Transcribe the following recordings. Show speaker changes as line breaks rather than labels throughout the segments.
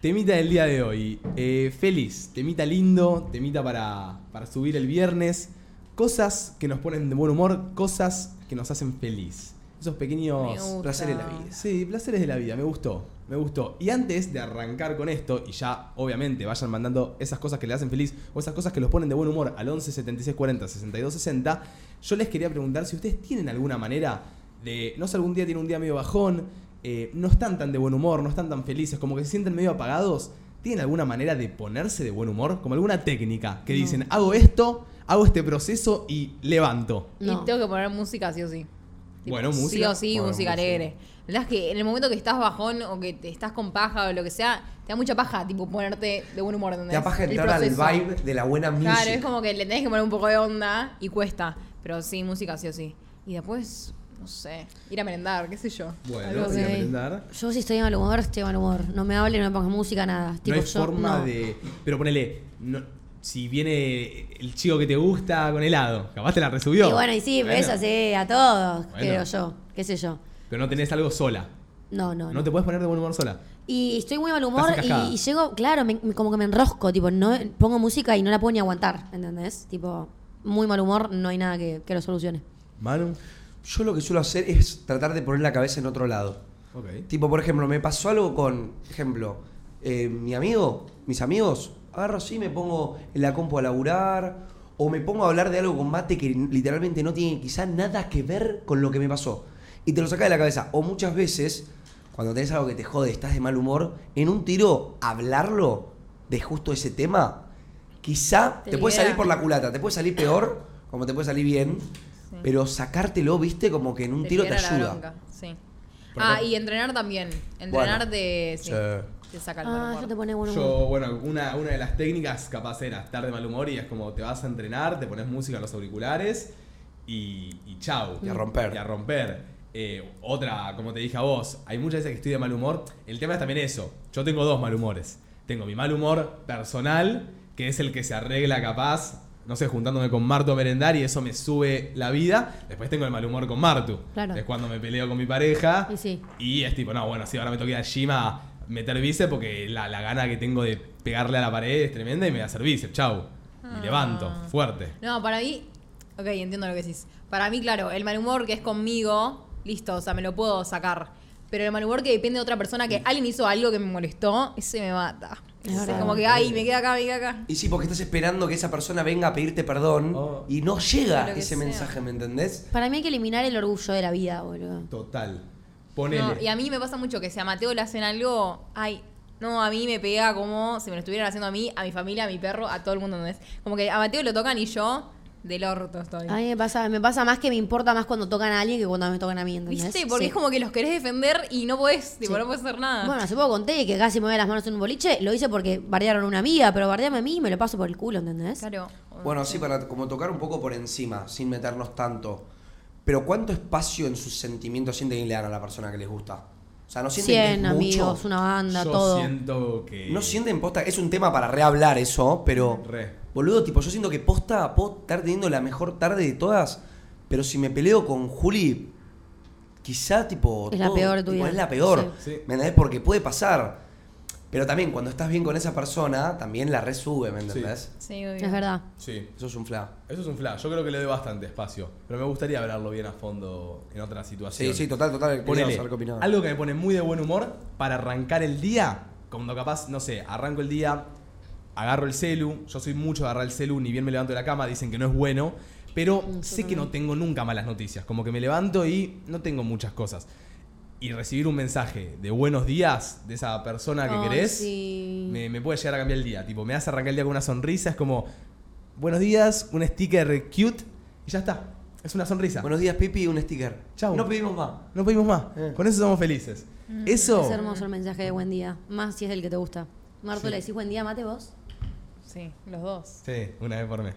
Temita del día de hoy. Eh, feliz, temita lindo, temita para, para subir el viernes. Cosas que nos ponen de buen humor, cosas que nos hacen feliz. Esos
Me
pequeños
gusta.
Placeres de la vida.
Sí, placeres de la vida, me gustó, me gustó. Y antes de arrancar con esto, y ya obviamente vayan mandando esas cosas que le hacen feliz o esas cosas que los ponen de buen humor al 11 76 40 62 60, yo les quería preguntar si ustedes tienen alguna manera de, no sé, algún día tienen un día medio bajón, eh, no están tan de buen humor, no están tan felices, como que se sienten medio apagados, ¿tienen alguna manera de ponerse de buen humor? Como alguna técnica que
No.
dicen, hago esto, hago este proceso y levanto.
No.
Y tengo que poner música sí o sí.
Bueno,
Sí
música.
o sí,
Bueno, música.
música alegre. La verdad es que en el momento que estás bajón o que te estás con paja o lo que sea, te da mucha paja, tipo, ponerte de buen humor. ¿entendés?
Te
El
da paja entrar al
proceso.
vibe de la buena música.
Claro, es como que le tenés que poner un poco de onda y cuesta. Pero sí, música sí o sí. Y después, no sé, ir a merendar, qué sé yo.
Bueno,
Algo
voy a
así.
merendar.
Yo si estoy de mal humor, estoy de mal humor. No me hable, no me pongas música, nada. Tipo,
no hay
yo,
forma
no.
de. Pero ponele. no- si viene el chico que te gusta con helado, capaz te la resubió.
Y bueno, y sí,
Bueno,
eso sí, a todos,
Bueno.
creo yo. Qué sé yo.
Pero no tenés algo sola.
No, no,
No,
no.
te puedes poner de buen humor sola.
Y estoy muy de mal humor
Estás
y,
encajada.
y llego, claro, me- me- como que me enrosco, tipo, no pongo música y no la puedo ni aguantar, ¿entendés? Tipo, muy mal humor, no hay nada que, que lo solucione.
Manu.
Yo lo que suelo hacer es tratar de poner la cabeza en otro lado.
Ok.
Tipo, por ejemplo, me pasó algo con, ejemplo, eh, mi amigo, mis amigos, agarro así, me pongo en la compu a laburar, o me pongo a hablar de algo con mate que literalmente no tiene quizá nada que ver con lo que me pasó. Y te lo saca de la cabeza. O muchas veces, cuando tenés algo que te jode, estás de mal humor, en un tiro, hablarlo de justo ese tema, quizá te,
Te
puede
libera.
salir por la culata, te puede salir peor, como te puede salir bien, pero sacártelo, viste, como que en un
Te
tiro te
libera la
ayuda.
bronca, sí.
Por
Ah,
acá.
y entrenar también. Entrenar
Bueno.
te, sí,
Sí.
te saca el mal
Ah,
humor.
yo te pone buen humor.
Yo, bueno, una, una de las técnicas capaz era estar de mal humor y es como te vas a entrenar, te pones música en los auriculares y, y chau.
Y a romper.
Y a romper. Eh, otra, como te dije a vos, hay muchas veces que estoy de mal humor. El tema es también eso. Yo tengo dos mal humores. Tengo mi mal humor personal, que es el que se arregla capaz, no sé, juntándome con Martu a merendar y eso me sube la vida. Después tengo el mal humor con Martu.
Claro.
Es cuando me peleo con mi pareja.
Y sí.
Y es tipo, no, bueno, sí, ahora me toca ir al gym a meter bíceps porque la, la gana que tengo de pegarle a la pared es tremenda y me da hacer bíceps, chau. Y levanto,
Ah.
fuerte.
No, para mí. Ok, entiendo lo que decís. Para mí, claro, el mal humor que es conmigo, listo, o sea, me lo puedo sacar. Pero el mal humor que depende de otra persona, que alguien hizo algo que me molestó, ese me mata.
Mm. Es
Ese Es
verdad.
como que, ay, me queda acá, me queda acá.
Y sí, porque estás esperando que esa persona venga a pedirte perdón
Oh.
y no llega
Lo que
ese
sea.
mensaje, ¿me entendés?
Para mí hay que eliminar el orgullo de la vida, boludo.
Total.
No,
Ponele.
y a mí me pasa mucho que si a Mateo le hacen algo, ay, no, a mí me pega como si me lo estuvieran haciendo a mí, a mi familia, a mi perro, a todo el mundo. ¿entendés? Como que a Mateo lo tocan y yo del orto estoy.
A mí me pasa, me pasa más que me importa más cuando tocan a alguien que cuando me tocan a mí, ¿entendés?
¿Viste? Porque
Sí.
es como que los querés defender y no podés, tipo,
Sí.
no podés hacer nada.
Bueno, hace poco conté que casi me voy a las manos en un boliche, lo hice porque bardearon a una amiga, pero bardeame a mí y me lo paso por el culo, ¿entendés?
claro.
Bueno, sí, para como tocar un poco por encima, sin meternos tanto. Pero ¿cuánto espacio en sus sentimientos sienten que le dan a la persona que les gusta? O sea, no sienten que es
100 amigos,
mucho.
una banda,
yo
todo.
siento que.
No sienten posta, es un tema para rehablar eso, pero
Re.
boludo, tipo, yo siento que posta puedo estar teniendo la mejor tarde de todas, pero si me peleo con Juli, quizá tipo
Es la peor de tu
tipo,
vida.
es la peor.
Sí. Sí.
¿Me entendés? Porque puede pasar. Pero también cuando estás bien con esa persona, también la resube, ¿me entendés?
Sí, obvio.
Es verdad.
Sí.
Eso es un fla.
Eso es un flash. Yo creo que le doy bastante espacio. Pero me gustaría hablarlo bien a fondo en otra situación.
Sí, sí, total, total.
Ponele,
queríamos saber qué opinaban.
algo que me pone muy de buen humor para arrancar el día. Cuando capaz, no sé, arranco el día, agarro el celu. Yo soy mucho de agarrar el celu, ni bien me levanto de la cama, dicen que no es bueno. Pero sé que no tengo nunca malas noticias. Como que me levanto y no tengo muchas cosas. Y recibir un mensaje de buenos días de esa persona que
Ay,
querés
sí.
me, me puede llegar a cambiar el día. Tipo, me hace arrancar el día con una sonrisa. Es como, buenos días, un sticker cute y ya está. Es una sonrisa.
Buenos días, Pipi, un sticker.
Chau.
No pedimos más.
No pedimos más.
Eh.
Con eso somos felices. Eso.
Mm, Es hermoso el mensaje de buen día, más si es el que te gusta. Marto, ¿le decís buen día, mate vos?
Sí, los dos.
Sí, una vez por mes.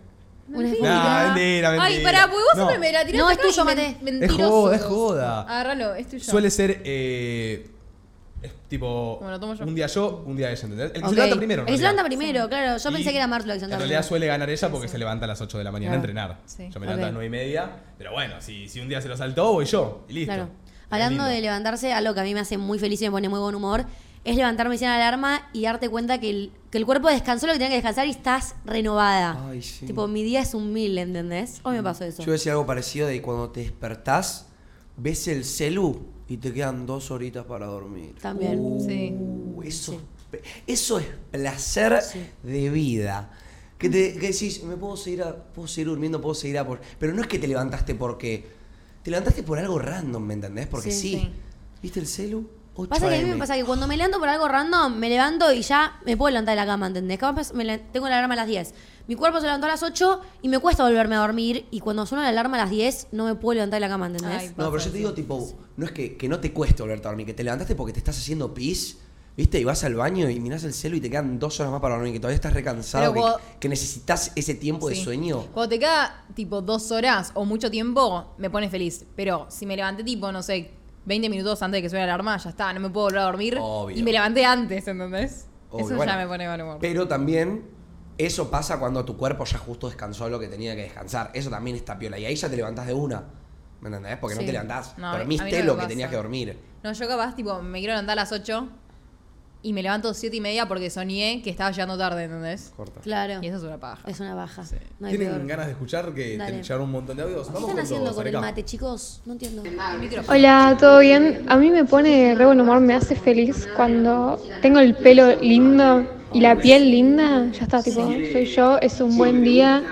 Una
Nah,
vez por día.
mentira, mentira.
Ay, pará, porque vos
No.
siempre me la tirás
No, es
acá
tuyo,
y men-
Mate.
mentirosos.
Es joda, es joda.
Agárralo, es tuyo.
Suele ser. eh, es tipo.
Como lo tomo yo.
Un día yo, un día ella, ¿entendés? El que
Ok.
se levanta primero. en
El que se
realidad.
levanta primero, claro. Yo
Y
pensé que era Marto la que se
En
levantaba
realidad
primero.
suele ganar ella porque se levanta a las 8 de la mañana a
Claro.
entrenar.
Sí.
Yo me levanto a las
Ok.
9 y media. Pero bueno, si, si un día se lo saltó, voy yo. Y listo.
Claro.
Es
Hablando
lindo.
de levantarse, algo que a mí me hace muy feliz y me pone muy buen humor es levantarme sin alarma y darte cuenta que el, que el cuerpo descansó lo que tenía que descansar y estás renovada.
Ay, sí.
Tipo, mi día es un mil, ¿entendés?
Mm.
Hoy me pasó eso.
Yo voy a decir algo parecido de cuando te despertás, ves el celu y te quedan dos horitas para dormir. Uh,
También,
sí.
Eso,
Sí.
es- eso es placer
Sí.
de vida. Que, te, que decís, me puedo seguir, a- puedo seguir durmiendo, puedo seguir a por... Pero no es que te levantaste porque... Te levantaste por algo random, ¿me entendés? Porque sí.
Sí.
Sí.
¿Viste el celu? 8
Pasa que a mí me
AM.
pasa que cuando me levanto por algo random, me levanto y ya me puedo levantar de la cama, ¿entendés? Capaz me le- tengo la alarma a las 10. Mi cuerpo se levantó a las 8 y me cuesta volverme a dormir. Y cuando suena la alarma a las 10, no me puedo levantar de la cama, ¿entendés?
Ay,
No, pero yo te digo, tipo, no es que, que no te cueste volverte a dormir, que te levantaste porque te estás haciendo pis, ¿viste? Y vas al baño y mirás el celu y te quedan dos horas más para dormir, que todavía estás recansado,
Pero
que,
vos-
que necesitas ese tiempo de
Sí.
sueño.
Cuando te queda tipo dos horas o mucho tiempo, me pone feliz. Pero si me levanté tipo, no sé, 20 minutos antes de que suene la alarma, ya está, no me puedo volver a dormir.
Obvio.
Y me levanté antes, ¿entendés?
Obvio,
Eso
bueno.
ya me pone mal humor.
Pero también eso pasa cuando tu cuerpo ya justo descansó lo que tenía que descansar. Eso también está piola. Y ahí ya te levantás de una. ¿Me entendés? Porque no
Sí.
te levantás.
No, a mí- a mí no
dormiste
me
lo que
pasa.
tenías que dormir.
No, yo capaz, tipo, me quiero levantar a las 8 y me levanto siete y media porque soñé que estaba llegando tarde, ¿entendés?
Corta.
Claro.
Y eso es una paja.
Es una baja. No hay
¿Tienen
peor.
ganas de escuchar que
Dale.
te llegaron un montón de audios?
¿Qué
Vamos
están
con
haciendo
todos,
con el
Areca.
mate, chicos? No entiendo.
El micrófono.
Hola, ¿todo bien? A mí me pone de re buen humor, me hace feliz cuando tengo el pelo lindo y la piel linda. Ya está, tipo, soy yo, es un buen día.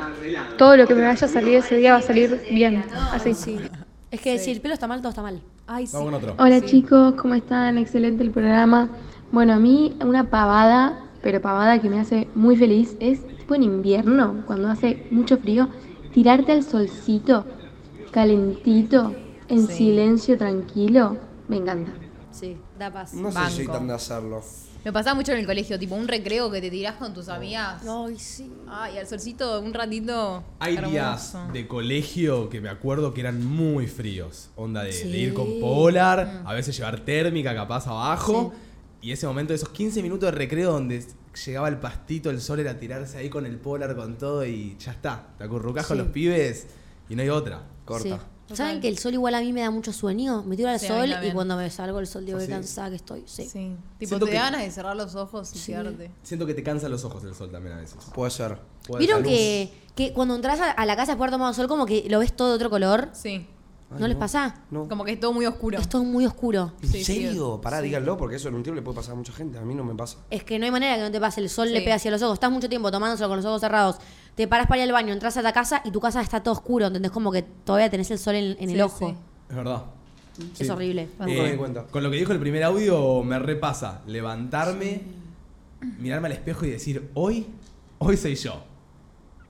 Todo lo que me vaya a salir ese día va a salir bien. Así.
Es que si el pelo está mal, todo está mal.
Ay, sí.
Vamos con otro.
Hola chicos, ¿cómo están? Excelente el programa. Bueno, a mí una pavada, pero pavada que me hace muy feliz es tipo en invierno, cuando hace mucho frío, tirarte al solcito, calentito, en
Sí.
silencio tranquilo. Me encanta.
Sí, da paz.
No sé si soy
Banco.
tan de hacerlo.
Me pasaba mucho en el colegio, tipo, un recreo que te tirás con tus amigas.
Oh. Ay, sí.
Ay, al solcito, un ratito.
Hay días
hermoso.
de colegio que me acuerdo que eran muy fríos. Onda de, de
Sí. Mm.
ir con polar, a veces llevar térmica capaz abajo. Y ese momento, esos 15 minutos de recreo donde s- llegaba el pastito, el sol era tirarse ahí con el polar, con todo y ya está. Te acurrucás con
Sí.
los pibes y no hay otra.
Corta.
Sí. ¿Saben que el sol igual a mí me da mucho sueño? Me tiro al
Sí, a mí
sol y
también.
cuando me salgo el sol digo
Ah,
que
sí.
cansada que estoy. Sí.
Sí. Tipo,
Siento
te
que-
dan ganas de cerrar los ojos y
Sí.
quedarte.
Siento que te cansan los ojos el sol también a veces.
Puede ser.
Puede
¿Vieron
ser.
que, que cuando entras a, a la casa después de haber tomado sol como que lo ves todo de otro color?
Sí.
¿No, les pasa?
No.
Como que es todo muy oscuro.
Es todo muy oscuro.
¿En
Sí, sí,
serio?
es-
Pará,
sí.
díganlo, porque eso en un tiro le puede pasar a mucha gente. A mí no me pasa.
Es que no hay manera que no te pase. El sol
Sí.
le pega hacia los ojos. Estás mucho tiempo tomándoselo con los ojos cerrados. Te paras para ir al baño, entras a la casa y tu casa está todo oscuro. ¿Entendés? Como que todavía tenés el sol en, en el
Sí,
ojo.
sí.
Es verdad.
Es
Sí.
horrible.
Eh,
Nunca me di cuenta.
con lo que dijo el primer audio me repasa. Levantarme, mirarme al espejo y decir, hoy, hoy soy yo.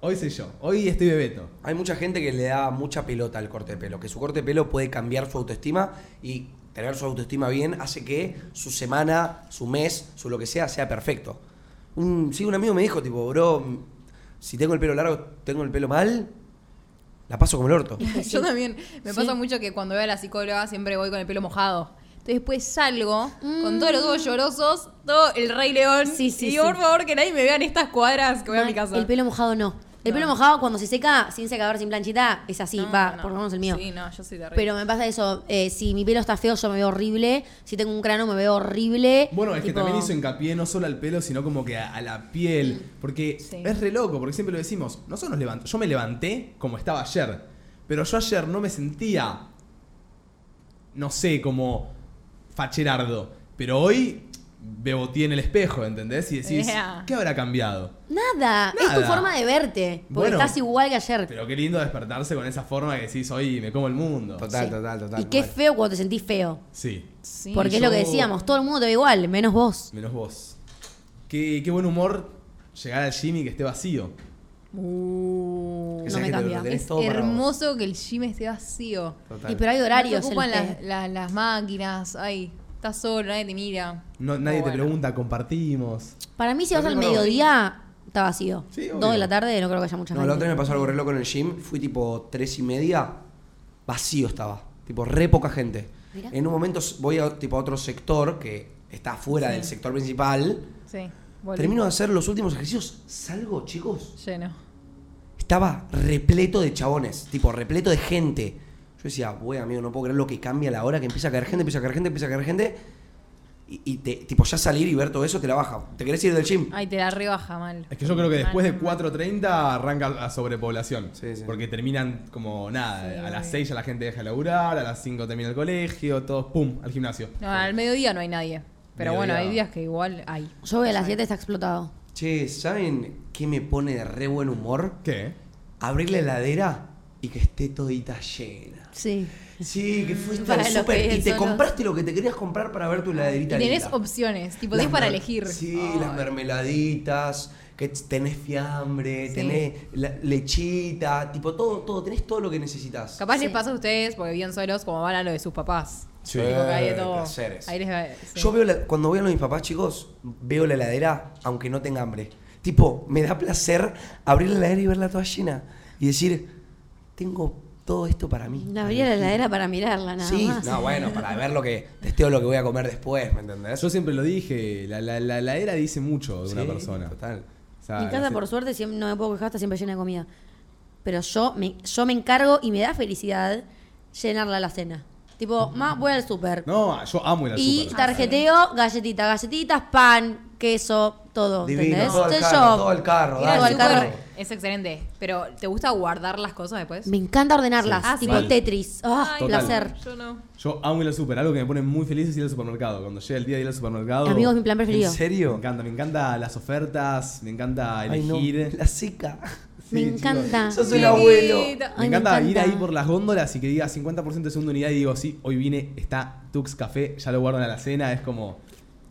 Hoy soy yo. Hoy estoy Bebeto.
Hay mucha gente que le da mucha pelota al corte de pelo, que su corte de pelo puede cambiar su autoestima y tener su autoestima bien hace que su semana, su mes, su lo que sea, sea perfecto. Un, sí, un amigo me dijo, tipo, bro, si tengo el pelo largo, tengo el pelo mal, la paso como el orto.
Yo también. Me
Sí.
pasa mucho que cuando voy a la psicóloga siempre voy con el pelo mojado. Entonces después salgo con todos los ojos llorosos, todo el Rey León.
Mm. Sí, sí,
y
sí.
por favor que nadie me vea en estas cuadras que voy a mi
Mal.
casa.
El pelo mojado no. El
No.
pelo mojado cuando se seca, sin secador, sin planchita, es así.
No,
va,
no, no.
por lo menos el mío.
Sí, no, yo soy terrible.
Pero me pasa eso, eh, si mi pelo está feo yo me veo horrible, si tengo un cráneo me veo horrible.
Bueno, es que
tipo-
también hizo hincapié no solo al pelo, sino como que a, a la piel. Porque
Sí.
es re loco, porque siempre lo decimos, nosotros nos levantamos. Yo me levanté como estaba ayer. Pero yo ayer no me sentía, no sé, como facherardo. Pero hoy beboteé en el espejo, ¿entendés? Y decís,
Yeah.
¿qué habrá cambiado?
Nada, es tu
Nada.
forma de verte, porque
Bueno.
estás igual que ayer.
Pero qué lindo despertarse con esa forma que decís, hoy me como el mundo.
Total,
Sí.
total, total.
y qué
mal.
feo cuando te sentís feo,
Sí,
Sí.
porque es
yo-
lo que decíamos, todo el mundo te ve igual, menos vos.
menos vos. Qué, qué buen humor llegar al Jimmy que esté vacío.
Uh,
Que
no me
sabes que te-
cambia.
lo tenés
es
todo para vos.
hermoso que el gym esté vacío.
Total.
Y pero hay horarios.
No te ocupan
en los
las,
que-
la- las máquinas, ay, estás solo, nadie te mira.
No, nadie
Oh,
te
bueno.
pregunta, compartimos.
Para mí si vas al
También para vos.
mediodía, está vacío.
Sí, obvio.
Dos de la tarde no creo que haya mucha
No,
gente.
la otra vez me pasó algo re loco en el gym. Fui tipo tres y media, vacío estaba. Tipo, re poca gente.
Mirá.
En un momento s- voy a, tipo, a otro sector que está fuera del sector principal.
Sí, volví.
Termino de hacer los últimos ejercicios, salgo, chicos.
lleno.
Estaba repleto de chabones, tipo, repleto de gente. Yo decía, voy amigo, no puedo creer lo que cambia a la hora que empieza a caer gente, empieza a caer gente, empieza a caer gente. y, y te, tipo, ya salir y ver todo eso te la baja. ¿Te querés ir del gym?
Ay, te la rebaja mal.
Es que yo creo que
Mal,
después de
mal.
4.30 arranca la sobrepoblación.
Sí, sí.
Porque terminan como nada.
Sí,
a las
obvio.
6 ya la gente deja de laburar, a las 5 termina el colegio, todos pum, al gimnasio.
No, al mediodía no hay nadie. Pero bueno,
Mediodía.
hay días que igual hay.
Yo voy a las 7 está explotado.
Che, ¿saben qué me pone de re buen humor?
¿Qué?
Abrir la heladera y que esté todita llena.
Sí.
Sí,
Mm,
que fuiste
Para
al
los
súper y
pibes
te
solos.
compraste lo que te querías comprar para ver tu
Y
heladerita
tenés
linda.
opciones, tipo,
Las
tenés para
mer-
elegir.
Sí,
Ay.
las mermeladitas, que t- tenés fiambre,
Sí.
tenés la- lechita, tipo todo, todo, tenés todo lo que necesitas.
Capaz
Sí.
les pasa a ustedes, porque viven solos, como van a lo de sus papás.
Sí,
Tipo que hay de todo.
placeres.
Ahí les va- sí.
Yo veo, la- cuando voy a lo de mis papás, chicos, veo la heladera aunque no tenga hambre. Tipo, me da placer abrir la heladera y verla toda llena y decir, tengo todo esto para mí.
La abría la heladera para mirarla, nada
Sí,
más.
no, bueno, para ver lo que testeo lo que voy a comer después, ¿me entendés?
Yo siempre lo dije, la, la, la, la era dice mucho de una
Sí,
persona.
Total.
O sea,
Mi casa,
sí.
por suerte, siempre, no me puedo quejar, está siempre llena de comida. Pero yo me, yo me encargo y me da felicidad llenarla la cena. Tipo, más voy al súper.
No, yo amo ir al
y
súper. Ah,
tarjeteo, galletita, galletitas, pan, queso, todo.
Divino,
¿Entendés?
todo al
Entonces
carro,
yo-
todo al carro,
Todo
Ir
dale,
al
al
carro.
súper es excelente, pero ¿te gusta guardar las cosas después?
Me encanta ordenarlas,
Sí, Ah,
tipo
sí.
Tetris. Ah,
Ay,
no,
placer.
Yo no.
Yo amo ir al súper. Algo que me pone muy feliz es ir al supermercado. Cuando llega el día de ir al supermercado.
Amigos, mi plan preferido.
¿En
Me
serio?
encanta, me encanta las ofertas, me encanta
Ay, no,
elegir.
la seca.
Me
Sí, chicos.
encanta.
Sos un abuelo.
Chiquita.
Me
Ay, me
encanta, ir
encanta.
ahí por las góndolas y que diga 50% de segunda unidad y digo, sí, hoy vine, está Tux Café, ya lo guardan a la cena, es como...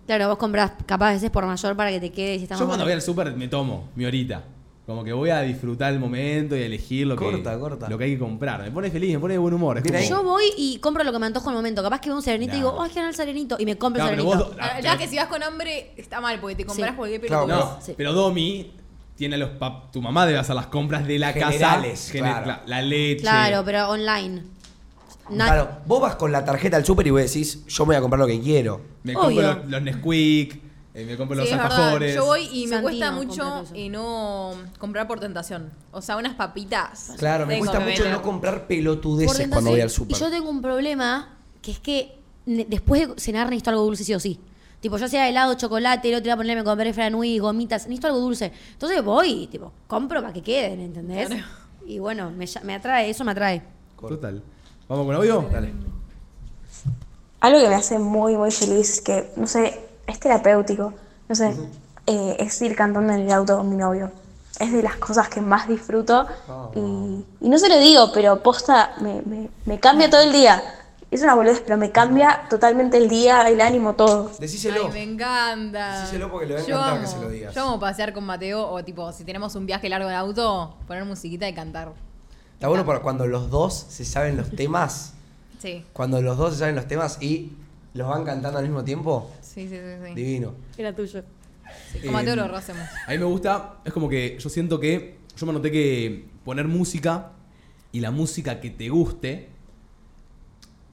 Claro, vos compras capaz a veces por mayor para que te quedes y está
yo
más
cuando voy
bueno.
al súper me tomo mi horita. Como que voy a disfrutar el momento y a elegir lo,
Corta,
que,
corta.
lo que hay que comprar. Me pone feliz, me pone de buen humor. Es
Mira
como,
ahí.
Yo voy y compro lo que me antojo en el momento. Capaz que veo un serenito y
Nah.
digo, ¡ay, que el serenito! Y me compro
Claro,
el
pero
serenito.
vos do-
Ah, Ya que si vas con hambre, está mal, porque te compras
Sí.
cualquier
Claro,
pelotudez.
No,
Sí.
pero Domi tiene a los pap... Tu mamá debe hacer las compras de la
Generales,
casa.
claro.
cla- La leche.
Claro, pero online. Na-
Claro, vos vas con la tarjeta al súper y vos decís, yo me voy a comprar lo que quiero.
Me
Obvio.
compro los, los Nesquik, eh, me compro
Sí,
los
es verdad.
alfajores.
Yo voy y me
Santino
cuesta
compra
mucho
todo eso.
y no comprar por tentación. O sea, unas papitas.
Claro, me
Tengo
cuesta
que
mucho
ver.
no comprar
por
pelotudeces
dentro
cuando
sí.
voy al
Y yo
súper.
tengo un problema que es que ne- después de cenar necesito algo dulce sí o sí. Tipo, ya sea helado, chocolate, el otro día ponerle me compré franui, gomitas, necesito algo dulce. Entonces voy, y, tipo, compro para que queden, ¿entendés?
Claro.
Y bueno, me, ll- me atrae, eso me atrae.
Total. ¿Vamos con audio?
Dale.
Algo que me hace muy, muy feliz, que no sé, es terapéutico, no sé, eh, es ir cantando en el auto con mi novio. Es de las cosas que más disfruto y, y no se lo digo, pero posta me, me- me cambia todo el día. Es una boludez, pero me cambia totalmente el día, el ánimo, todo.
Decíselo.
Ay, me encanta.
Decíselo porque le va a
Yo
encantar que
amo.
se lo digas.
Yo amo pasear con Mateo o tipo, si tenemos un viaje largo en auto, poner musiquita y cantar.
Está bueno para cuando los dos se saben los temas.
Sí,
Cuando los dos se saben los temas y los van cantando al mismo tiempo.
sí, sí, sí. sí.
Divino.
Era tuyo.
Sí, Con Mateo
Eh,
lo hacemos.
A mí me gusta, es como que yo siento que yo me noté que poner música y la música que te guste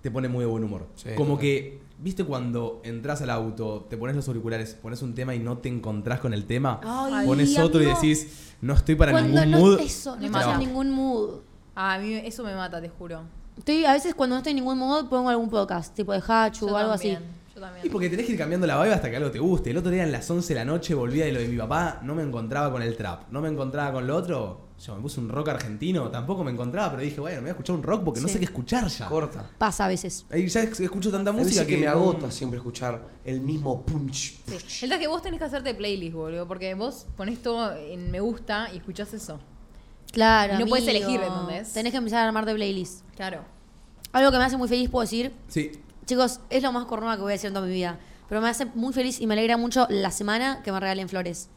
te pone muy de buen humor.
Sí,
como
total.
que, ¿viste cuando entras al auto, te pones los auriculares, pones un tema y no te encontrás con el tema?
Ay,
pones otro y
amigo.
decís, no estoy para
cuando
ningún
no
mood.
eso, no
Te
estás
la
en
bajo.
ningún mood.
Ah, A mí eso me mata, te juro.
Estoy, a veces cuando no estoy en ningún mood pongo algún podcast, tipo de Hachu
Yo
o algo
también,
así.
Yo
Y
también.
porque tenés que ir cambiando la vibe hasta que algo te guste. El otro día en las 11 de la noche volvía de lo de mi papá, no me encontraba con el trap, no me encontraba con lo otro. Yo me puse un rock argentino, tampoco me encontraba, pero dije, bueno, me voy a escuchar un rock porque no
Sí.
sé qué escuchar ya.
Corta.
Pasa a veces.
Ahí ya es- escucho tanta
Hay veces
Ah. música
que me
no-
agota siempre escuchar el mismo punch.
Sí. El tema es que vos tenés que hacerte playlist, boludo, porque vos pones todo en me gusta y escuchás eso.
Claro.
Y no puedes
amigo.
elegir, ¿entendés?
Tenés que empezar a armarte playlist.
Claro.
Algo que me hace muy feliz, puedo decir.
Sí.
Chicos, es lo más cornuda que voy a decir en toda mi vida. Pero me hace muy feliz y me alegra mucho la semana que me regalen flores.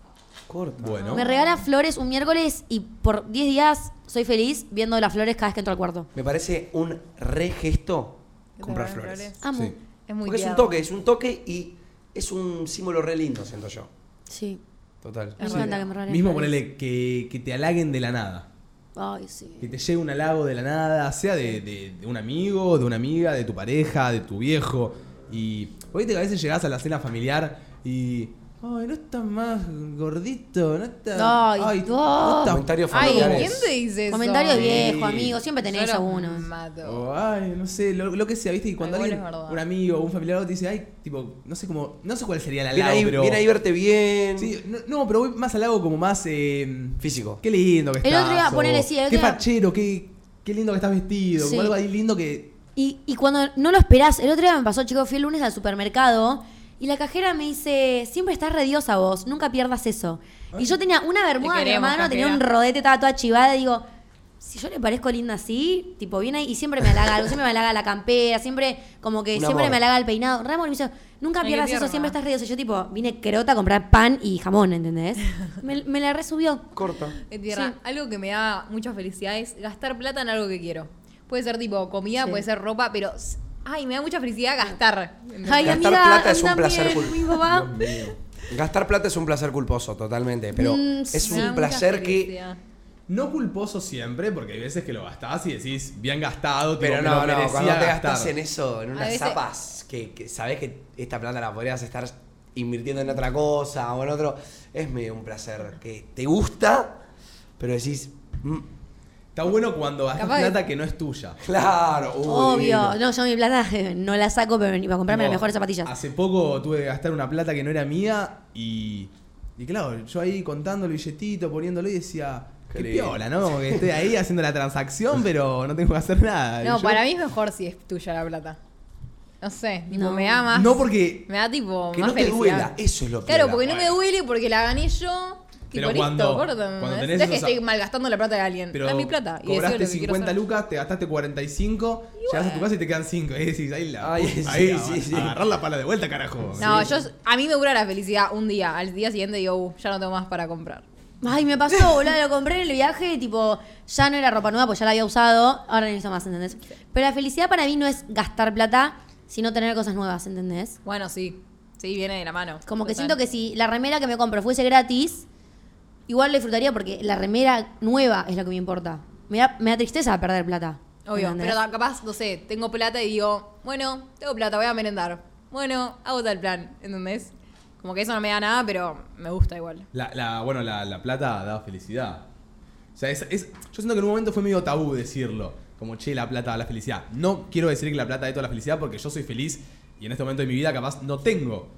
Corta.
Bueno.
Me regala flores un miércoles y por 10 días soy feliz viendo las flores cada vez que entro al cuarto.
Me parece un re gesto comprar
¿Te regalen
flores.
flores?
Amo.
Sí.
Es muy
Porque es un
tierno.
toque, es un toque y es un símbolo re lindo, siento yo.
Sí.
Total.
Me
Es
encanta
verdad.
que me regalen
Mismo
flores.
ponele que, que te halaguen de la nada.
Ay, sí.
Que te llegue un halago de la nada, sea de, de- de un amigo, de una amiga, de tu pareja, de tu viejo. Y. Porque viste que a veces llegás a la cena familiar y. Ay, no estás más gordito, no estás.
Ay, no.
Comentarios
Ay,
familiares.
¿quién te dice eso?
Comentario
Sí.
viejo, amigo. Siempre tenés
Yo los
algunos.
Oh.
mato.
O, ay, no sé, lo, lo que sea, ¿viste? Y cuando
Igual
alguien,
es verdad.
un amigo o un familiar te dice, ay, tipo, no sé cómo, no sé cuál sería la
Viene ahí,
pero.
viene ahí verte bien.
Sí, no, no, pero voy más al lado como más. eh,
Físico.
qué lindo que
El
estás.
otro día,
o
ponele, sí, el otro
Qué
día-
fachero, qué, qué lindo que estás vestido,
Sí.
como algo ahí lindo que.
Y, y cuando no lo esperás, el otro día me pasó, chicos, fui el lunes al supermercado y la cajera me dice, siempre estás rediosa vos, nunca pierdas eso. Y yo tenía una bermuda
Te
en la
queremos,
mano, tenía un
cajera.
rodete, estaba toda chivada, y digo, si yo le parezco linda así, tipo, viene ahí y siempre me halaga algo, siempre me halaga la campera, siempre, como que
Un
siempre
amor.
me halaga el peinado. Ramón me dice, nunca
Ay, qué
pierdas eso,
tierna.
siempre estás rediosa. Yo tipo, vine querota a comprar pan y jamón, ¿entendés? Me, me la resubió.
Corta.
Es tierra.
Sí.
Algo que me da mucha felicidad es gastar plata en algo que quiero. Puede ser tipo comida,
Sí.
puede ser ropa, pero. s- Ay, me da mucha felicidad gastar. ¿entendés?
Ay,
Gastar
amiga,
plata es un
anda
placer
bien, mi
culposo.
papá.
Gastar plata es un placer culposo, totalmente. Pero
Mm,
es
Me da
un
mucha
placer que.
felicidad.
No culposo siempre, porque hay veces que lo gastás y decís, bien gastado, tipo,
Pero
me
no,
lo
no,
merecía
cuando te
gastar.
gastas en eso, en
A
unas
veces-
zapas, que, que sabes que esta plata la podrías estar invirtiendo en otra cosa o en otro, es medio un placer que te gusta, pero decís, mm,
Está bueno cuando gastas
Capaz-
plata que no es tuya.
claro, uy,
Obvio,
divino.
no, yo mi plata no la saco, pero ni para comprarme
Tipo,
las mejores zapatillas.
Ah.
Hace poco tuve que gastar una plata que no era mía y. Y claro, yo ahí contando el billetito, poniéndolo y decía. Qué
Qué lindo".
piola, ¿no? Como que estoy ahí haciendo la transacción, pero no tengo que hacer nada. Y
No,
yo-
para mí es mejor si es tuya la plata. No sé, tipo,
No.
me da más.
No porque.
Me da tipo.
Que
más
no te
felicidad.
duela, eso es lo que
Claro,
duela.
porque no me
Bueno.
duele, porque la gané yo. Tipo,
Pero
listo,
cuando-
corto,
cuando
¿entendés?
tenés
No es que
esos-
estoy malgastando la plata de alguien.
Pero
es Mm, mi plata. Y decido lo
cobraste
que
50
quiero hacer.
lucas, te gastaste 45, llegas a tu casa y te quedan 5. Y decís, ahí la.
Ay,
puta,
sí,
ahí,
sí,
a-
sí.
Agarrar la pala de vuelta, carajo.
No, yo, a mí me dura la felicidad un día. Al día siguiente digo, uh, ya no tengo más para comprar.
Ay, me pasó, boludo, lo compré en el viaje, tipo, ya no era ropa nueva, pues ya la había usado, ahora necesito más, ¿entendés? Pero la felicidad para mí no es gastar plata, sino tener cosas nuevas, ¿entendés?
Bueno, sí. Sí, viene de la mano.
Como que
Total.
siento que si la remera que me compro fuese gratis, igual la disfrutaría porque la remera nueva es lo que me importa. Me da, me da tristeza perder plata.
Obvio,
¿entendés?
pero da- capaz, no sé, tengo plata y digo, bueno, tengo plata, voy a merendar. Bueno, hago tal plan, ¿entendés? Como que eso no me da nada, pero me gusta igual.
La, la- bueno, la, la plata da felicidad. O sea, es, es- yo siento que en un momento fue medio tabú decirlo. Como, che, la plata da la felicidad. No quiero decir que la plata da toda la felicidad porque yo soy feliz y en este momento de mi vida capaz no tengo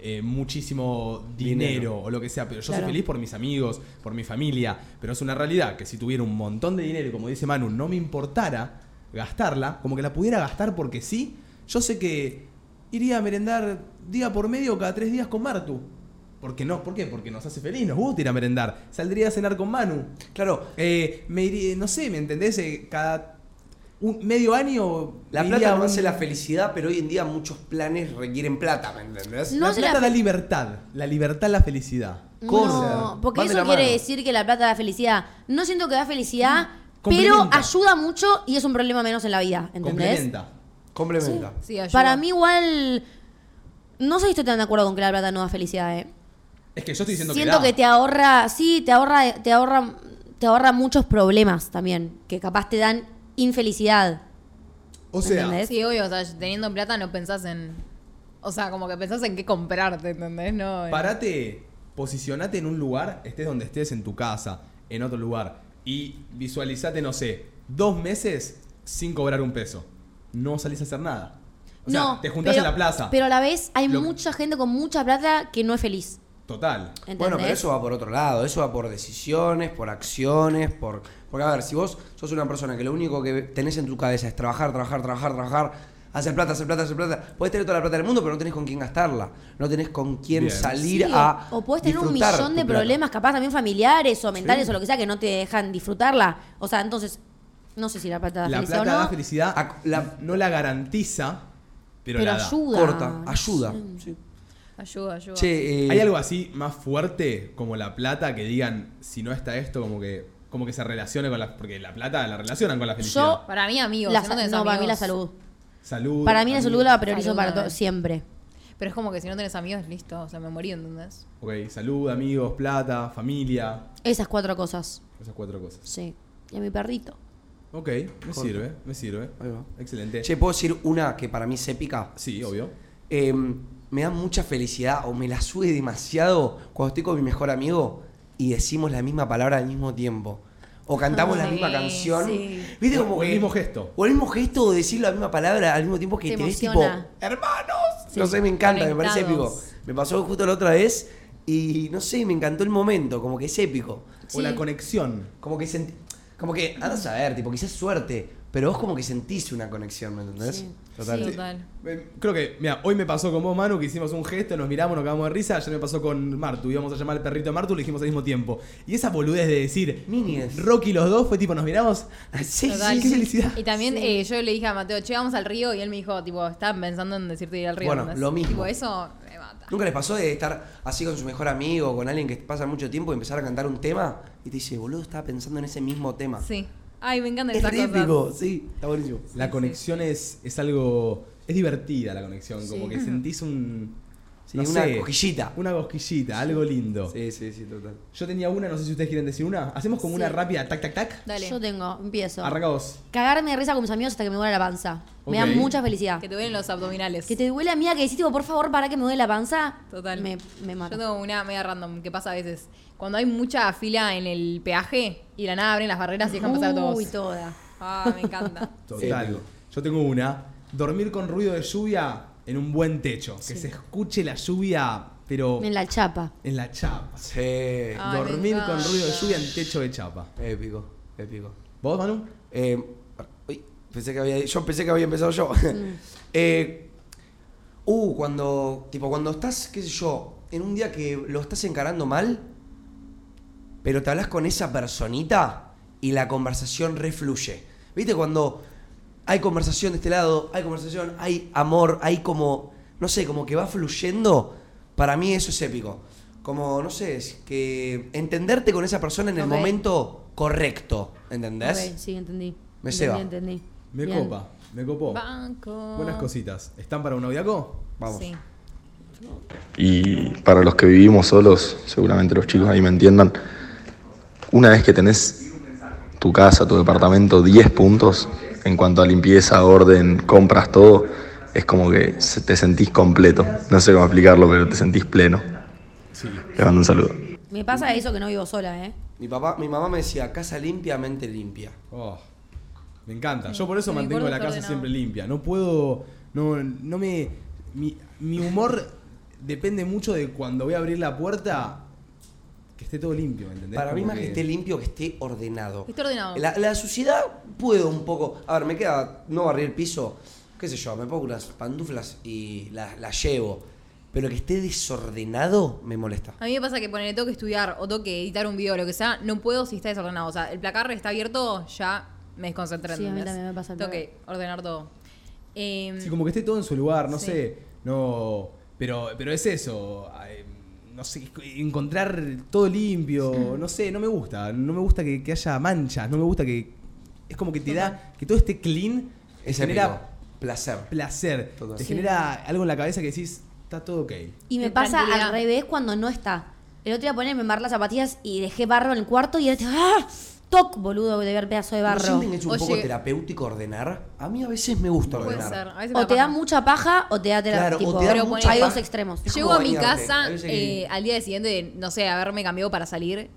eh, muchísimo dinero,
Dinero.
o lo que sea. Pero yo
Claro.
soy feliz por mis amigos, por mi familia. Pero es una realidad que si tuviera un montón de dinero, y como dice Manu, no me importara gastarla, como que la pudiera gastar porque sí, yo sé que iría a merendar día por medio cada tres días con Martu. Porque no, ¿por qué? Porque nos hace feliz, nos gusta ir a merendar. Saldría a cenar con Manu.
Claro,
Eh, me iría, no sé, ¿me entendés? Eh, cada un medio año.
la
me
plata
iría
no
a un-
hace la felicidad, pero hoy en día muchos planes requieren plata, ¿me entendés?
No
la
hace
plata
la
da libertad. La libertad, la felicidad.
No, porque
Van de
eso
la
quiere
mano.
decir que la plata da felicidad. No siento que da felicidad, pero
Mm. Complementa.
ayuda mucho y es un problema menos en la vida, ¿entendés?
Complementa.
Complementa.
Sí, ayuda.
Para mí igual... No sé si estoy tan de acuerdo con que la plata no da felicidad, ¿eh?
Es que yo estoy diciendo
Siento
que,
que,
da.
te ahorra, sí, te ahorra, te ahorra, te ahorra muchos problemas también, que capaz te dan infelicidad.
O sea,
¿entendés?
Sí, obvio, o sea, teniendo plata no pensás en. O sea, como que pensás en qué comprarte, ¿entendés? No. en-
Parate, posicionate en un lugar, estés donde estés, en tu casa, en otro lugar, y visualizate, no sé, dos meses sin cobrar un peso. No salís a hacer nada. O sea, te juntás
pero-
en la plaza.
Pero a la vez hay
Lo-
mucha gente con mucha plata que no es feliz.
Total.
¿entendés?
Bueno, pero eso va por otro lado, eso va por decisiones, por acciones, por... Porque a ver, si vos sos una persona que lo único que tenés en tu cabeza es trabajar, trabajar, trabajar, trabajar, hacer plata, hacer plata, hacer plata, podés tener toda la plata del mundo, pero no tenés con quién gastarla, no tenés con quién
Bien.
Sí,
salir
o-
a...
o, podés tener un
disfrutar
millón
tu
de
plata.
problemas, capaz también familiares o mentales
Sí.
o lo que sea, que no te dejan disfrutarla. O sea, entonces, no sé si la plata da
La
felicidad
plata
o no.
da felicidad,
Ah, la-
no la garantiza, pero,
pero
la da.
ayuda.
Corta, ayuda. Sí.
Ayuda, ayuda.
Che, eh,
¿Hay algo así más fuerte como la plata que digan, si no está esto, como que, como que se relacione con la... Porque la plata la relacionan con la felicidad.
Para mí, amigos.
La
si
sa-
tenés
no, para mí
amigos-
la salud.
Salud.
Para mí la
amigos.
salud la priorizo
Salud
para
también.
todo, siempre.
Pero es como que si no tenés amigos, listo. O sea, me morí, ¿entendés?
Ok, salud, amigos, plata, familia.
Esas cuatro cosas,
Esas cuatro cosas.
sí. Y a mi perrito.
Ok, me sirve, me sirve.
Ahí va.
Excelente.
che, ¿puedo decir una que para mí es épica?
Sí, obvio.
Em, me da mucha felicidad o me la sube demasiado cuando estoy con mi mejor amigo y decimos la misma palabra al mismo tiempo. O cantamos la
Sí,
misma canción.
sí.
¿Viste
O-
como
o el
que-
mismo gesto.
O el mismo gesto o decir la misma palabra al mismo tiempo que
Te
te, ves tipo,
emociona.
hermanos.
Sí,
No sé, me encanta, me parece épico.
conectados.
Me pasó justo la otra vez y no sé, me encantó el momento, como que es épico.
O la conexión.
Como que sent- como que andas a ver, tipo, quizás suerte, pero vos como que sentís una conexión, ¿me entendés?
Sí.
Total.
Sí, total.
Eh, Creo que, mira, hoy me pasó con vos, Manu, que hicimos un gesto, nos miramos, nos cagamos de risa. Ayer me pasó con Martu, íbamos a llamar al perrito de Martu, lo dijimos al mismo tiempo. Y esa boludez de decir,
Niñez.
Rocky los dos, fue tipo, nos miramos.
Sí,
Total.
sí, qué felicidad.
Y también eh, yo le dije a Mateo, che, vamos al río. Y él me dijo, tipo, estaban pensando en decirte ir al río.
Bueno,
¿entendés?
lo mismo.
Tipo, eso me mata.
¿Nunca les pasó de estar así con su mejor amigo o con alguien que pasa mucho tiempo y empezar a cantar un tema y te dice, boludo, estaba pensando en ese mismo tema?
Sí. Ay, me encantan
Es
esas
re
cosas.
épico, sí, está buenísimo.
La conexión es, es algo. Es divertida la conexión, como que sentís un.
Sí,
no
una
sé,
cosquillita.
Una cosquillita, algo lindo.
Sí, sí, sí, total.
Yo tenía una, no sé si ustedes quieren decir una. Hacemos como
Sí.
una rápida, tac, tac, tac.
Dale.
Yo tengo, empiezo.
Arranca vos.
Cagarme de risa con mis amigos hasta que me duela la panza. Me da
Ok.
mucha felicidad.
Que te duelen los abdominales.
Que te duele amiga que decís, tipo, por favor, para que me duele la panza.
Total.
Me, me mata.
Yo tengo una media random que pasa a veces. Cuando hay mucha fila en el peaje y de la nada abren las barreras y dejan pasar a todos.
Uy, toda.
Ah, me encanta.
Total.
Épico.
Yo tengo una. Dormir con ruido de lluvia en un buen techo. Que se escuche la lluvia, pero
En la chapa.
en la chapa.
Sí,
Ah. Ay, me
Dormir con
encanta.
ruido de lluvia en techo de chapa.
épico, épico.
¿Vos, Manu?
Eh, uy, pensé que había, yo pensé que había empezado yo.
Mm.
Eh, uh, cuando, tipo, cuando estás, qué sé yo, en un día que lo estás encarando mal, pero te hablas con esa personita y la conversación refluye. ¿Viste? Cuando hay conversación de este lado, hay conversación, hay amor, hay como, no sé, como que va fluyendo, para mí eso es épico. Como, no sé, es que entenderte con esa persona en el
Ok.
momento correcto, ¿entendés?
Ok, sí, entendí.
Me
entendí,
ceba.
entendí.
Me
Bien.
copa, me copó.
Banco.
Buenas cositas. ¿Están para un audiaco?
Vamos.
Sí.
Y para los que vivimos solos, seguramente los chicos ahí me entiendan, una vez que tenés tu casa, tu departamento, 10 puntos en cuanto a limpieza, orden, compras, todo, es como que se- te sentís completo. No sé cómo explicarlo, pero te sentís pleno. Les mando un saludo.
Me pasa eso que no vivo sola, ¿eh?
Mi papá, mi mamá me decía, casa limpia, mente limpia.
Oh, me encanta. Yo por eso
Sí, mi
mantengo
cuarto
la
está
casa
ordenado.
siempre limpia. No puedo. No, no me. Mi, mi humor depende mucho de cuando voy a abrir la puerta. Que esté todo limpio, ¿me ¿entendés?
Para mí
Como
más que esté limpio, que esté ordenado.
Que esté ordenado.
La, la suciedad puedo un poco... A ver, me queda no barrer el piso, qué sé yo, me pongo unas pantuflas y las las llevo. Pero que esté desordenado me molesta.
A mí me pasa que ponerle tengo que estudiar o tengo que editar un video o lo que sea, no puedo si está desordenado. O sea, el placar está abierto, ya me desconcentré.
Sí, a mí
¿entendés?
también me pasa el
Tengo
placar.
que ordenar todo. Eh,
Sí, como que esté todo en su lugar, no
Sí.
sé. No. Pero, pero es eso. ay, No sé, encontrar todo limpio. No sé, no me gusta. No me gusta que, que haya manchas. No me gusta que. Es como que te da. Que todo esté clean. te
Es
genera
épico. placer.
placer.
Total.
Te
Sí.
genera algo en la cabeza que decís, está todo ok.
Y me
De
pasa
tranquilidad.
al revés cuando no está. El otro día poné, me embarré las zapatillas y dejé barro en el cuarto y era tipo, ¡ah! ¡Toc, boludo, de ver pedazo de
¿No
barro!
sienten que es un
Oye.
poco terapéutico ordenar? A mí a veces me gusta
puede
ordenar.
ser. A veces me
O
da
te da
paja.
mucha paja o te da terapia.
Claro, o te da
Pero
mucha
Hay dos
paja.
extremos.
Es
Llego
como
a mi
bañarte.
casa
Hay veces que-
eh, al día siguiente, de, no sé, haberme cambiado para salir.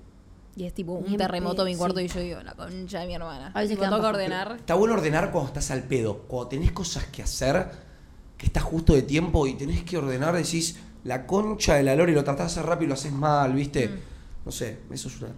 Y es tipo
Ni
un
en
terremoto en mi
pedo,
cuarto
sí.
y yo digo, la concha de mi hermana.
A veces
Tipo,
quedan
tengo que
bajas,
ordenar.
Está bueno ordenar cuando estás al pedo, cuando tenés cosas que hacer, que estás justo de tiempo y tenés que ordenar, decís la concha de la lora y lo tratás de hacer rápido y lo haces mal, ¿viste?
Mm.
No sé, eso es una.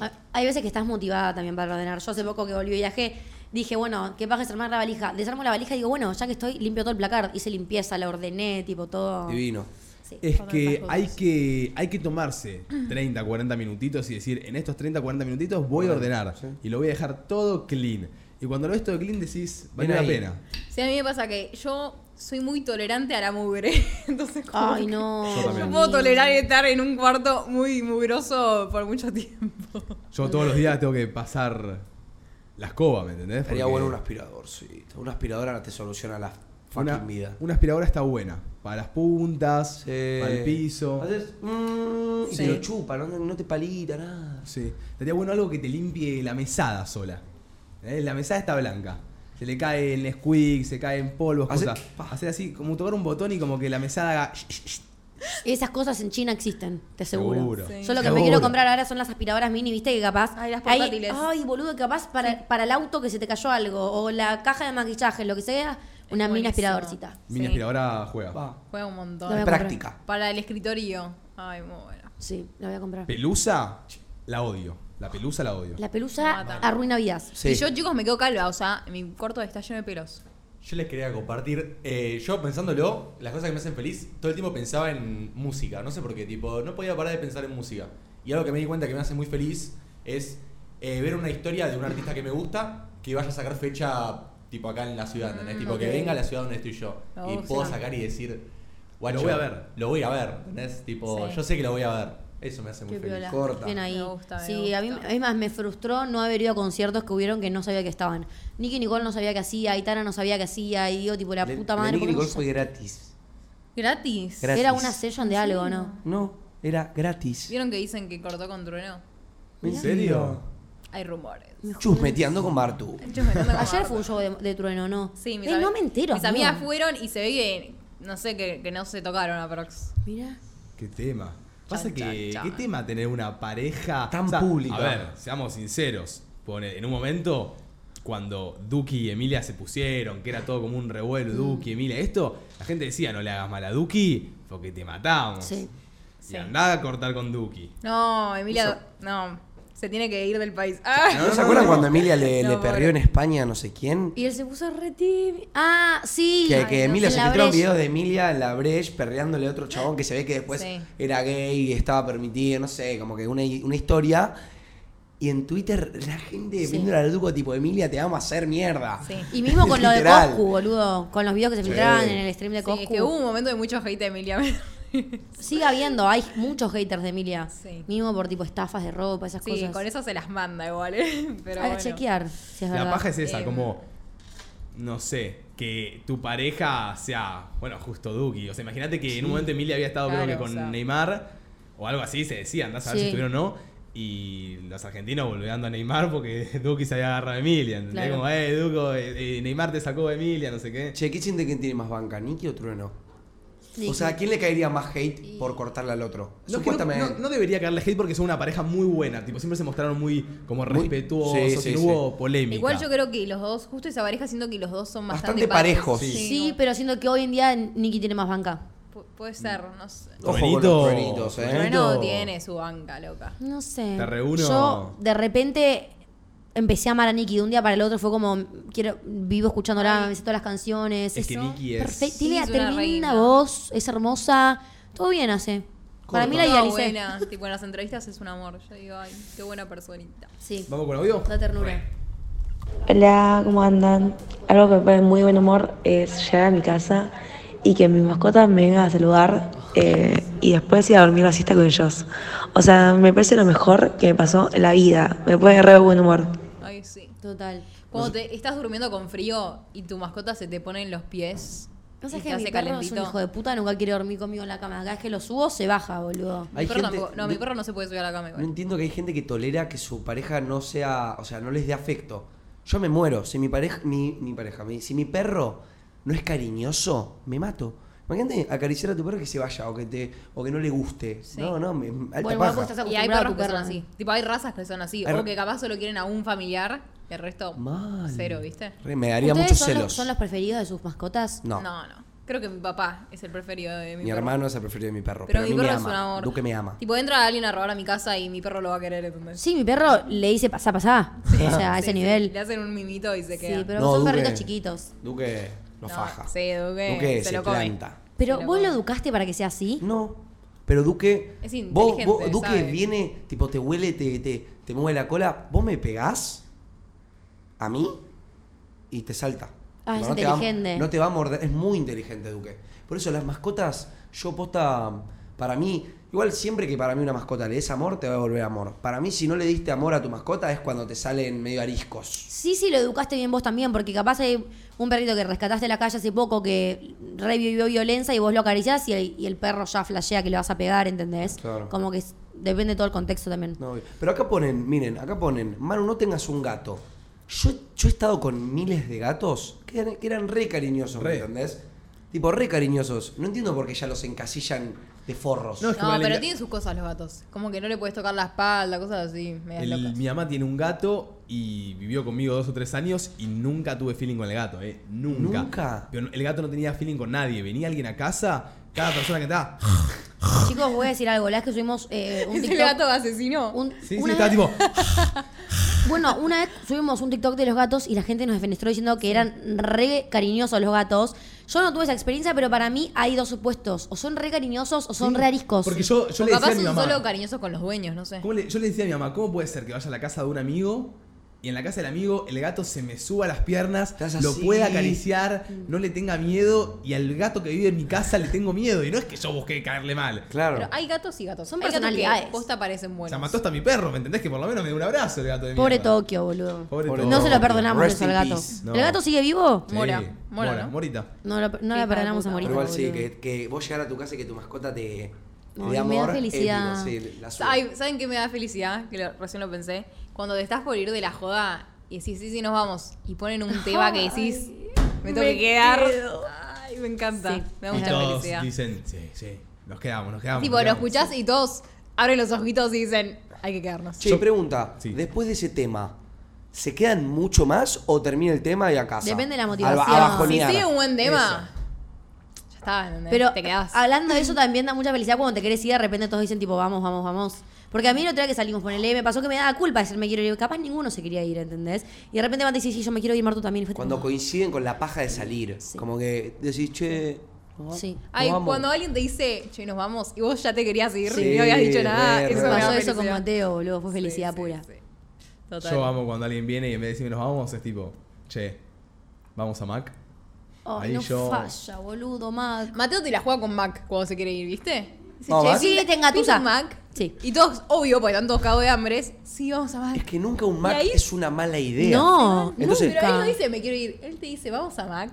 Ah, Hay veces que estás motivada también para ordenar. Yo hace poco que volví de viaje, dije, bueno, que paja desarmar la valija. Desarmo la valija y digo, bueno, ya que estoy, limpio todo el placar. Hice limpieza, la ordené, tipo todo.
Ah.
Divino.
Sí,
Es
ordené
que
esas cosas.
hay, que hay que tomarse 30, 40 minutitos y decir, en estos 30, 40 minutitos voy a ordenar
sí.
y lo voy a dejar todo clean. Y cuando lo ves todo clean decís, vale
Bien
la
ahí.
pena.
Sí, a mí me pasa que yo soy muy tolerante a la mugre. Entonces, como
Ay,
que
no.
Yo también.
Yo puedo tolerar estar en un cuarto muy mugroso por mucho tiempo.
Yo todos los días tengo que pasar la escoba, ¿me entendés?
Estaría
Porque
bueno un aspirador, sí. Una aspiradora no te soluciona la fucking
una-
vida.
una aspiradora está buena. Para las puntas,
Sí.
para el piso.
Haces, mm,
Sí.
y te lo chupa, no, no te palita, nada.
Sí. Estaría bueno algo que te limpie la mesada sola. ¿Eh? La mesada está blanca. se le cae el Nesquik, se cae en polvos,
Hace-
cosas. Hacer así, como tocar un botón y como que la mesada haga. sh- sh- sh.
Esas cosas en China existen, te aseguro.
Seguro.
Sí.
Yo lo que
Seguro.
me quiero comprar ahora son las aspiradoras mini, viste que capaz.
Ay, las
hay-
portátiles.
ay, boludo, capaz para, para el auto que se te cayó algo, o la caja de maquillaje, lo que sea, una
Es
mini
buenísimo.
aspiradorcita.
Mini
Sí.
aspiradora juega.
Pa,
Juega un montón.
Lo voy a comprar.
práctica.
Para el escritorio. Ay, muy bueno.
Sí, la voy a comprar.
Pelusa, la odio. La pelusa la odio.
La pelusa
Mata.
arruina vidas.
Sí.
Y yo, chicos, me quedo calva. O sea, mi corto está lleno de pelos.
Yo les quería compartir, eh, yo pensándolo, las cosas que me hacen feliz, todo el tiempo pensaba en música, no sé por qué, tipo, no podía parar de pensar en música. Y algo que me di cuenta que me hace muy feliz es eh, ver una historia de un artista que me gusta que vaya a sacar fecha, tipo, acá en la ciudad, ¿entendés? tipo,
Mm, ok.
que venga a la ciudad donde estoy yo.
Me
y
gusta.
puedo sacar y decir, guacho,
Lo voy a ver.
Lo voy a ver, ¿entendés? Tipo,
Sí.
yo sé que lo voy a ver. Eso me hace muy
Qué
feliz.
piola.
Corta.
Bien ahí.
Me gusta, me
sí, a mí,
gusta.
es más, me frustró no haber ido a conciertos que hubieron que no sabía que estaban. Nicky Nicole no sabía que hacía, Aitana no sabía que hacía, y yo, tipo, la
Le-
puta
le
madre.
Nicky
¿por qué no
Nicole
sa-
fue gratis.
Gratis.
Gra-
Era
gratis.
una session de algo, ¿no?
No, era gratis.
¿Vieron que dicen que cortó con Trueno?
¿En serio?
Hay rumores.
Chusmeteando con Martu.
Yo me ando como
Ayer
harta.
fue un show de, de trueno, ¿no?
Sí, mis
Ey,
ami-
no me entero.
Mis
amigo.
amigas fueron y se ve que, no sé, que, que no se tocaron a Prox.
Mirá.
Qué tema. Pasa
Chan,
que,
chan,
¿qué
chan.
tema tener una pareja
Tan pública.
A ver, seamos sinceros. Pone, en un momento, cuando Duki y Emilia se pusieron, que era todo como un revuelo,
Mm.
Duki, Emilia, esto, la gente decía, no le hagas mal a Duki porque te matamos.
Sí.
Y
Sí.
andá a cortar con Duki.
No, Emilia, no. Se tiene que ir del país. Ah.
¿No se acuerdan cuando Emilia le,
No,
le
pobre.
perrió en España a no sé quién?
Y él se puso re tibio. Ah, sí.
Que, que
En
Emilia se
la
filtraron
Breche.
videos de Emilia en la Breche perreándole a otro chabón que se ve que después
Sí.
era gay y estaba permitido, no sé, como que una, una historia. Y en Twitter la gente viendo al Duco tipo, Emilia, te vamos a hacer mierda.
Sí.
Y mismo con lo de
Literal.
Coscu, boludo. Con los videos que se
Sí.
filtraban en el stream de
Sí,
Coscu.
es que hubo un momento de mucho hate de Emilia.
Sigue habiendo, hay muchos haters de Emilia.
Sí.
Mismo por tipo estafas de ropa, esas
Sí,
cosas.
con eso se las manda igual, ¿eh? Pero
hay
bueno.
que chequear si es
la
verdad.
paja es esa,
Eh,
como, no sé, que tu pareja sea, bueno, justo Duki. O sea, imagínate que en un momento Emilia había estado creo
Claro,
que
o
con
sea.
Neymar o algo así, se decía, andás a ver
Sí.
si estuvieron o no. Y los argentinos volviendo a Neymar porque Duki se había agarrado a Emilia. ¿entendés?
Claro.
Como, eh, Duco, eh, eh, Neymar te sacó a Emilia, no sé qué.
Che, ¿qué siente que tiene más banca, Nicky o Trueno?
Nicky.
O sea, ¿a quién le caería más hate por cortarle al otro?
No, que no,
Supuestamente.
no- no debería caerle hate porque son una pareja muy buena. Tipo, siempre se mostraron muy como
Muy-
respetuosos
sí,
y
sí,
no
sí.
hubo polémica.
Igual yo creo que los dos, justo esa pareja, siento que los dos son bastante,
Bastante parejos.
Sí.
sí, pero siento que hoy en día Nicky tiene más banca.
Pu- puede ser,
Mm.
no sé.
Ojo con
Truenito,
los truenitos, eh.
Truenito.
Bueno, tiene su banca, loca.
No sé.
Te reúno.
Yo de repente empecé a amar a Nicky. De un día para el otro fue como, quiero, vivo escuchándola, me sé todas las canciones.
Es que
eso.
Nicky es-
Perfect-
Sí,
Tiene
es
la
una
tremenda
reina.
voz, es hermosa. Todo bien hace. Para mí la
No,
idealicé.
buena. tipo, en las entrevistas es un amor. Yo digo, ay, qué buena personita.
Sí,
¿Vamos con audio?
da ternura.
Hola, ¿cómo andan? Algo que me pone muy buen humor es llegar a mi casa y que mi mascota me venga a saludar eh, y después ir a dormir la siesta con ellos. O sea, me parece lo mejor que me pasó en la vida. Me pone re buen humor.
Ay, sí.
Total.
Cuando te estás durmiendo con frío y tu mascota se te pone en los pies.
No
y
sabes
te
que mi
hace
perro
calentito.
es un hijo de puta, nunca quiere dormir conmigo en la cama. Cada vez que lo subo, se baja, boludo.
Mi
Hay
perro
gente-
tampoco- No, mi
no-
perro no se puede subir a la cama
No
igual.
entiendo que hay gente que tolera que su pareja no sea, o sea, no les dé afecto. Yo me muero. Si mi pareja, mi, mi pareja, mi- si mi perro no es cariñoso, me mato. Imagínate acariciar a tu perro que se vaya o que te, o que no le guste.
Sí.
No, no, me, alta
Bueno,
paja.
vos estás
Y hay
acostumbrado a
perros
tu
que son
perro.
así. Tipo, hay razas que son así.
Hay ra-
O que capaz solo quieren a un familiar y el resto
Mal.
cero, ¿viste?
Re, me daría
¿Ustedes
muchos
son
celos.
Los, ¿Son los preferidos de sus mascotas?
No,
no, no. Creo que mi papá es el preferido de mi,
mi
perro.
hermano es el preferido de mi perro.
Pero,
Pero,
mi
a mí
perro
me
es un
ama.
amor.
Duque me ama.
Tipo, entra alguien a robar a mi casa y mi perro lo va a querer, ¿entendés?
Sí, mi perro le dice pasá, pasá. o sea, a
Sí,
ese
sí.
nivel.
Le hacen un mimito y se
Sí,
queda.
pero
No,
son
Duque.
perritos chiquitos.
Duque lo
No,
faja.
sí, Duque se
se,
lo come.
planta.
Pero
Sí,
vos lo
loco.
educaste para que sea así.
No, pero Duque.
Es
vos,
inteligente,
vos- Duque
sabe.
viene, tipo, te huele, te, te, te mueve la cola. ¿Vos me pegás? A mí y te salta.
Ah,
Tipo,
es
no te va-
inteligente.
no te va a morder. Es muy inteligente, Duque. Por eso las mascotas, yo posta. Para mí, igual siempre que para mí una mascota le des amor, te va a volver amor. Para mí, si no le diste amor a tu mascota, es cuando te salen medio ariscos.
Sí, sí, lo educaste bien vos también, porque capaz hay un perrito que rescataste de la calle hace poco que revivió violencia y vos lo acariciás y el, y el perro ya flashea que le vas a pegar, ¿entendés?
Claro.
Como que es- depende todo el contexto también.
No, obvio. pero acá ponen, miren, acá ponen, Manu, no tengas un gato. Yo, yo he estado con miles de gatos que eran, que eran re cariñosos, ¿me
Re.
entendés? Tipo, re cariñosos. No entiendo por qué ya los encasillan de forros.
No, es que
No,
me
pero
alenga-
tienen sus cosas los gatos. Como que no le puedes tocar la espalda, cosas así, medias
El-
locas.
mi mamá tiene un gato y vivió conmigo dos o tres años y nunca tuve feeling con el gato, ¿eh? Nunca.
¿Nunca?
Pero el gato no tenía feeling con nadie. Venía alguien a casa, cada persona que estaba.
Chicos, voy a decir algo. La vez que subimos eh, un
¿Es
TikTok.
el gato asesino?
un-
Sí, sí,
una
estaba
vez-
tipo.
Bueno, una vez subimos un TikTok de los gatos y la gente nos defenestró diciendo que eran re cariñosos los gatos. Yo no tuve esa experiencia, pero para mí hay dos supuestos. O son re cariñosos o son re ariscos.
Porque yo, yo
O
le
capaz
decía a mi
son
mamá.
solo cariñosos con los dueños, no sé.
¿Cómo le- yo le decía a mi mamá, ¿cómo puede ser que vaya a la casa de un amigo y en la casa del amigo el gato se me suba a las piernas,
Estás
lo
así.
pueda acariciar, no le tenga miedo y al gato que vive en mi casa le tengo miedo? Y no es que yo busqué caerle mal.
Claro.
Pero hay gatos y gatos. Son
Hay gatos que
personalidades. posta parecen
O
buenos.
sea, mató hasta mi perro, ¿me entendés? Que por lo menos me dio un abrazo el gato de
Pobre
mierda.
Tokio, boludo.
Pobre
Pobre
Tokio.
No se lo perdonamos
Rest
eso al
in
gato.
peace.
No.
¿El gato sigue vivo?
Sí,
Mora, mora,
mora,
¿no?
morita.
No, lo- no
Hija de
le perdonamos
puta.
a morir.
Pero igual sí,
boludo.
que, que vos llegar a tu casa y que tu mascota te, te
Ay,
dé
me da
amor.
felicidad.
épico, sí, la sube.
Ay, ¿Saben qué me da felicidad? Que lo- recién lo pensé. Cuando te estás por ir de la joda y decís, sí, sí, nos vamos. Y ponen un tema que decís, me tengo que quedar. Ay, me encanta.
Sí.
Me da
Y
mucha
todos
felicidad.
dicen, sí, sí, nos quedamos, nos quedamos.
Tipo,
nos
lo
quedamos.
escuchás y todos abren los ojitos y dicen, hay que quedarnos.
Che, pregunta,
Sí.
después de ese tema, ¿se quedan mucho más o termina el tema y a casa?
Depende de la
A- a
motivación.
Si
bajonear.
sigue un buen tema, ya está, ¿entendés?
Pero ah,
te quedás.
hablando de eso también da mucha felicidad cuando te querés ir de repente todos dicen tipo vamos, vamos, vamos. Porque a mí la otra vez que salimos con el E me pasó que me daba culpa decir me quiero ir. Capaz ninguno se quería ir, ¿entendés? Y de repente van a decir sí, yo me quiero ir, Martu también. Y fue tipo,
Cuando coinciden con la paja de salir.
Sí.
Como que decís, che. nos va-
Sí.
nos
Ay,
vamos.
cuando alguien te dice, che, nos vamos, y vos ya te querías ir
Sí,
y no habías dicho nada.
re,
eso
re.
me da
pasó eso con
felicidad.
Mateo, boludo, fue
Sí,
felicidad
sí,
pura.
sí. Total.
Yo amo cuando alguien viene y en vez de decirme nos vamos, es tipo, che, vamos a Mac.
Ay,
Ahí
no
yo-
falla, boludo, Mac.
Mateo te la juega con Mac cuando se quiere ir, ¿viste? Dice,
No,
"Che,
Mac.
pinta-
Sí, te engatusa".
pinta un Mac.
Sí.
Y todos, obvio, porque están todos cagados de hambre. es, Sí, vamos a Mac.
Es que nunca un
Y
Mac
ahí-
es una mala idea.
No,
Entonces-
pero él no
nunca.
dice, me quiero ir. Él te dice, vamos a Mac.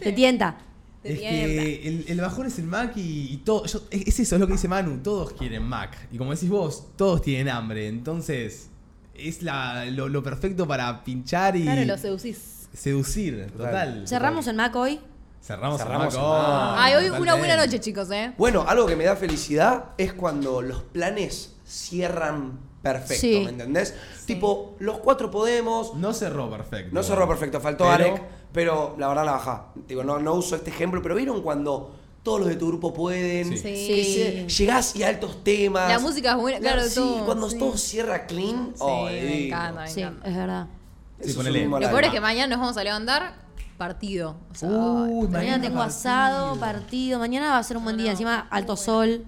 Te tienta.
Te
Es
tienta.
que el, el bajón es el Mac y, y todo. yo- es, es eso, es lo que dice Manu. Todos quieren Mac. Y como decís vos, todos tienen hambre. Entonces, es la, lo, lo perfecto para pinchar y
Claro, lo seducís.
seducir. Total.
Cerramos en Mac hoy.
Cerramos,
Cerramos
el
el
Mac.
Mac.
Ay, hoy una buena
totalmente.
noche, chicos, ¿eh?
Bueno, algo que me da felicidad es cuando los planes cierran perfecto,
Sí.
¿me entendés? Tipo, los cuatro podemos,
No cerró perfecto.
No cerró perfecto, faltó
Pero-
Arek, pero la verdad la bajá. Digo, no, no uso este ejemplo, pero ¿vieron cuando todos los de tu grupo pueden?
Sí.
Que se- llegás y a altos temas.
La música es buena, claro,
sí,
todo,
cuando
sí.
todo cierra clean.
Sí,
oh,
me
divino.
encanta, me
Sí,
encanta.
es verdad.
Sí,
Eso es
ponele.
un humor
Lo
al
peor es
alma.
que mañana nos vamos a levantar partido. O sea,
Uy,
Mañana,
mañana
tengo
partido.
asado, partido. Mañana va a ser un buen día. Encima, alto sol.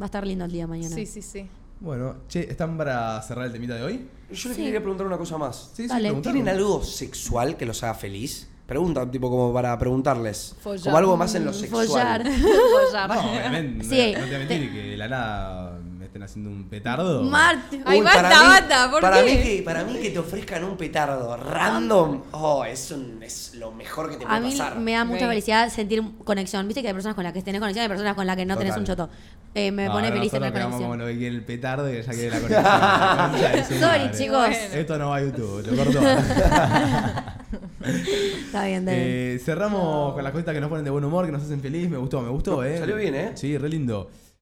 Va a estar lindo el día mañana.
sí, sí, sí.
Bueno, che, ¿están para cerrar el temita de hoy?
Yo les quería preguntar una cosa más.
Sí,
Dale.
preguntaron.
¿Tienen algo sexual que los haga feliz? Pregunta, tipo, como para preguntarles.
Follar.
Como algo más en lo
Mm,
sexual.
follar.
Follar.
No, obviamente.
Sí.
No, no te voy a mentir que de la nada me estén haciendo un petardo.
Marte.
Ay,
Uy,
basta,
para mí-
basta, ¿por
para
qué?
Mí que, para mí que te ofrezcan un petardo random, oh, es, un- es lo mejor que te puede
A mí
pasar.
me da mucha
Ok.
felicidad sentir conexión. Viste que hay personas con las que tenés conexión y hay personas con las que no tenés un
Total.
choto. Eh, me
No,
pone
no,
feliz
nosotros
tener
quedamos como
conexión.
lo que quiere el petardo y ya quiere la conexión. La concha de su
Sorry,
madre.
chicos.
Bueno.
Esto no va a YouTube, lo corto.
Está bien, está bien.
Eh, cerramos con las cositas que nos ponen de buen humor, que nos hacen feliz. Me gustó, me gustó, eh.
Salió bien, eh.
Sí, re lindo.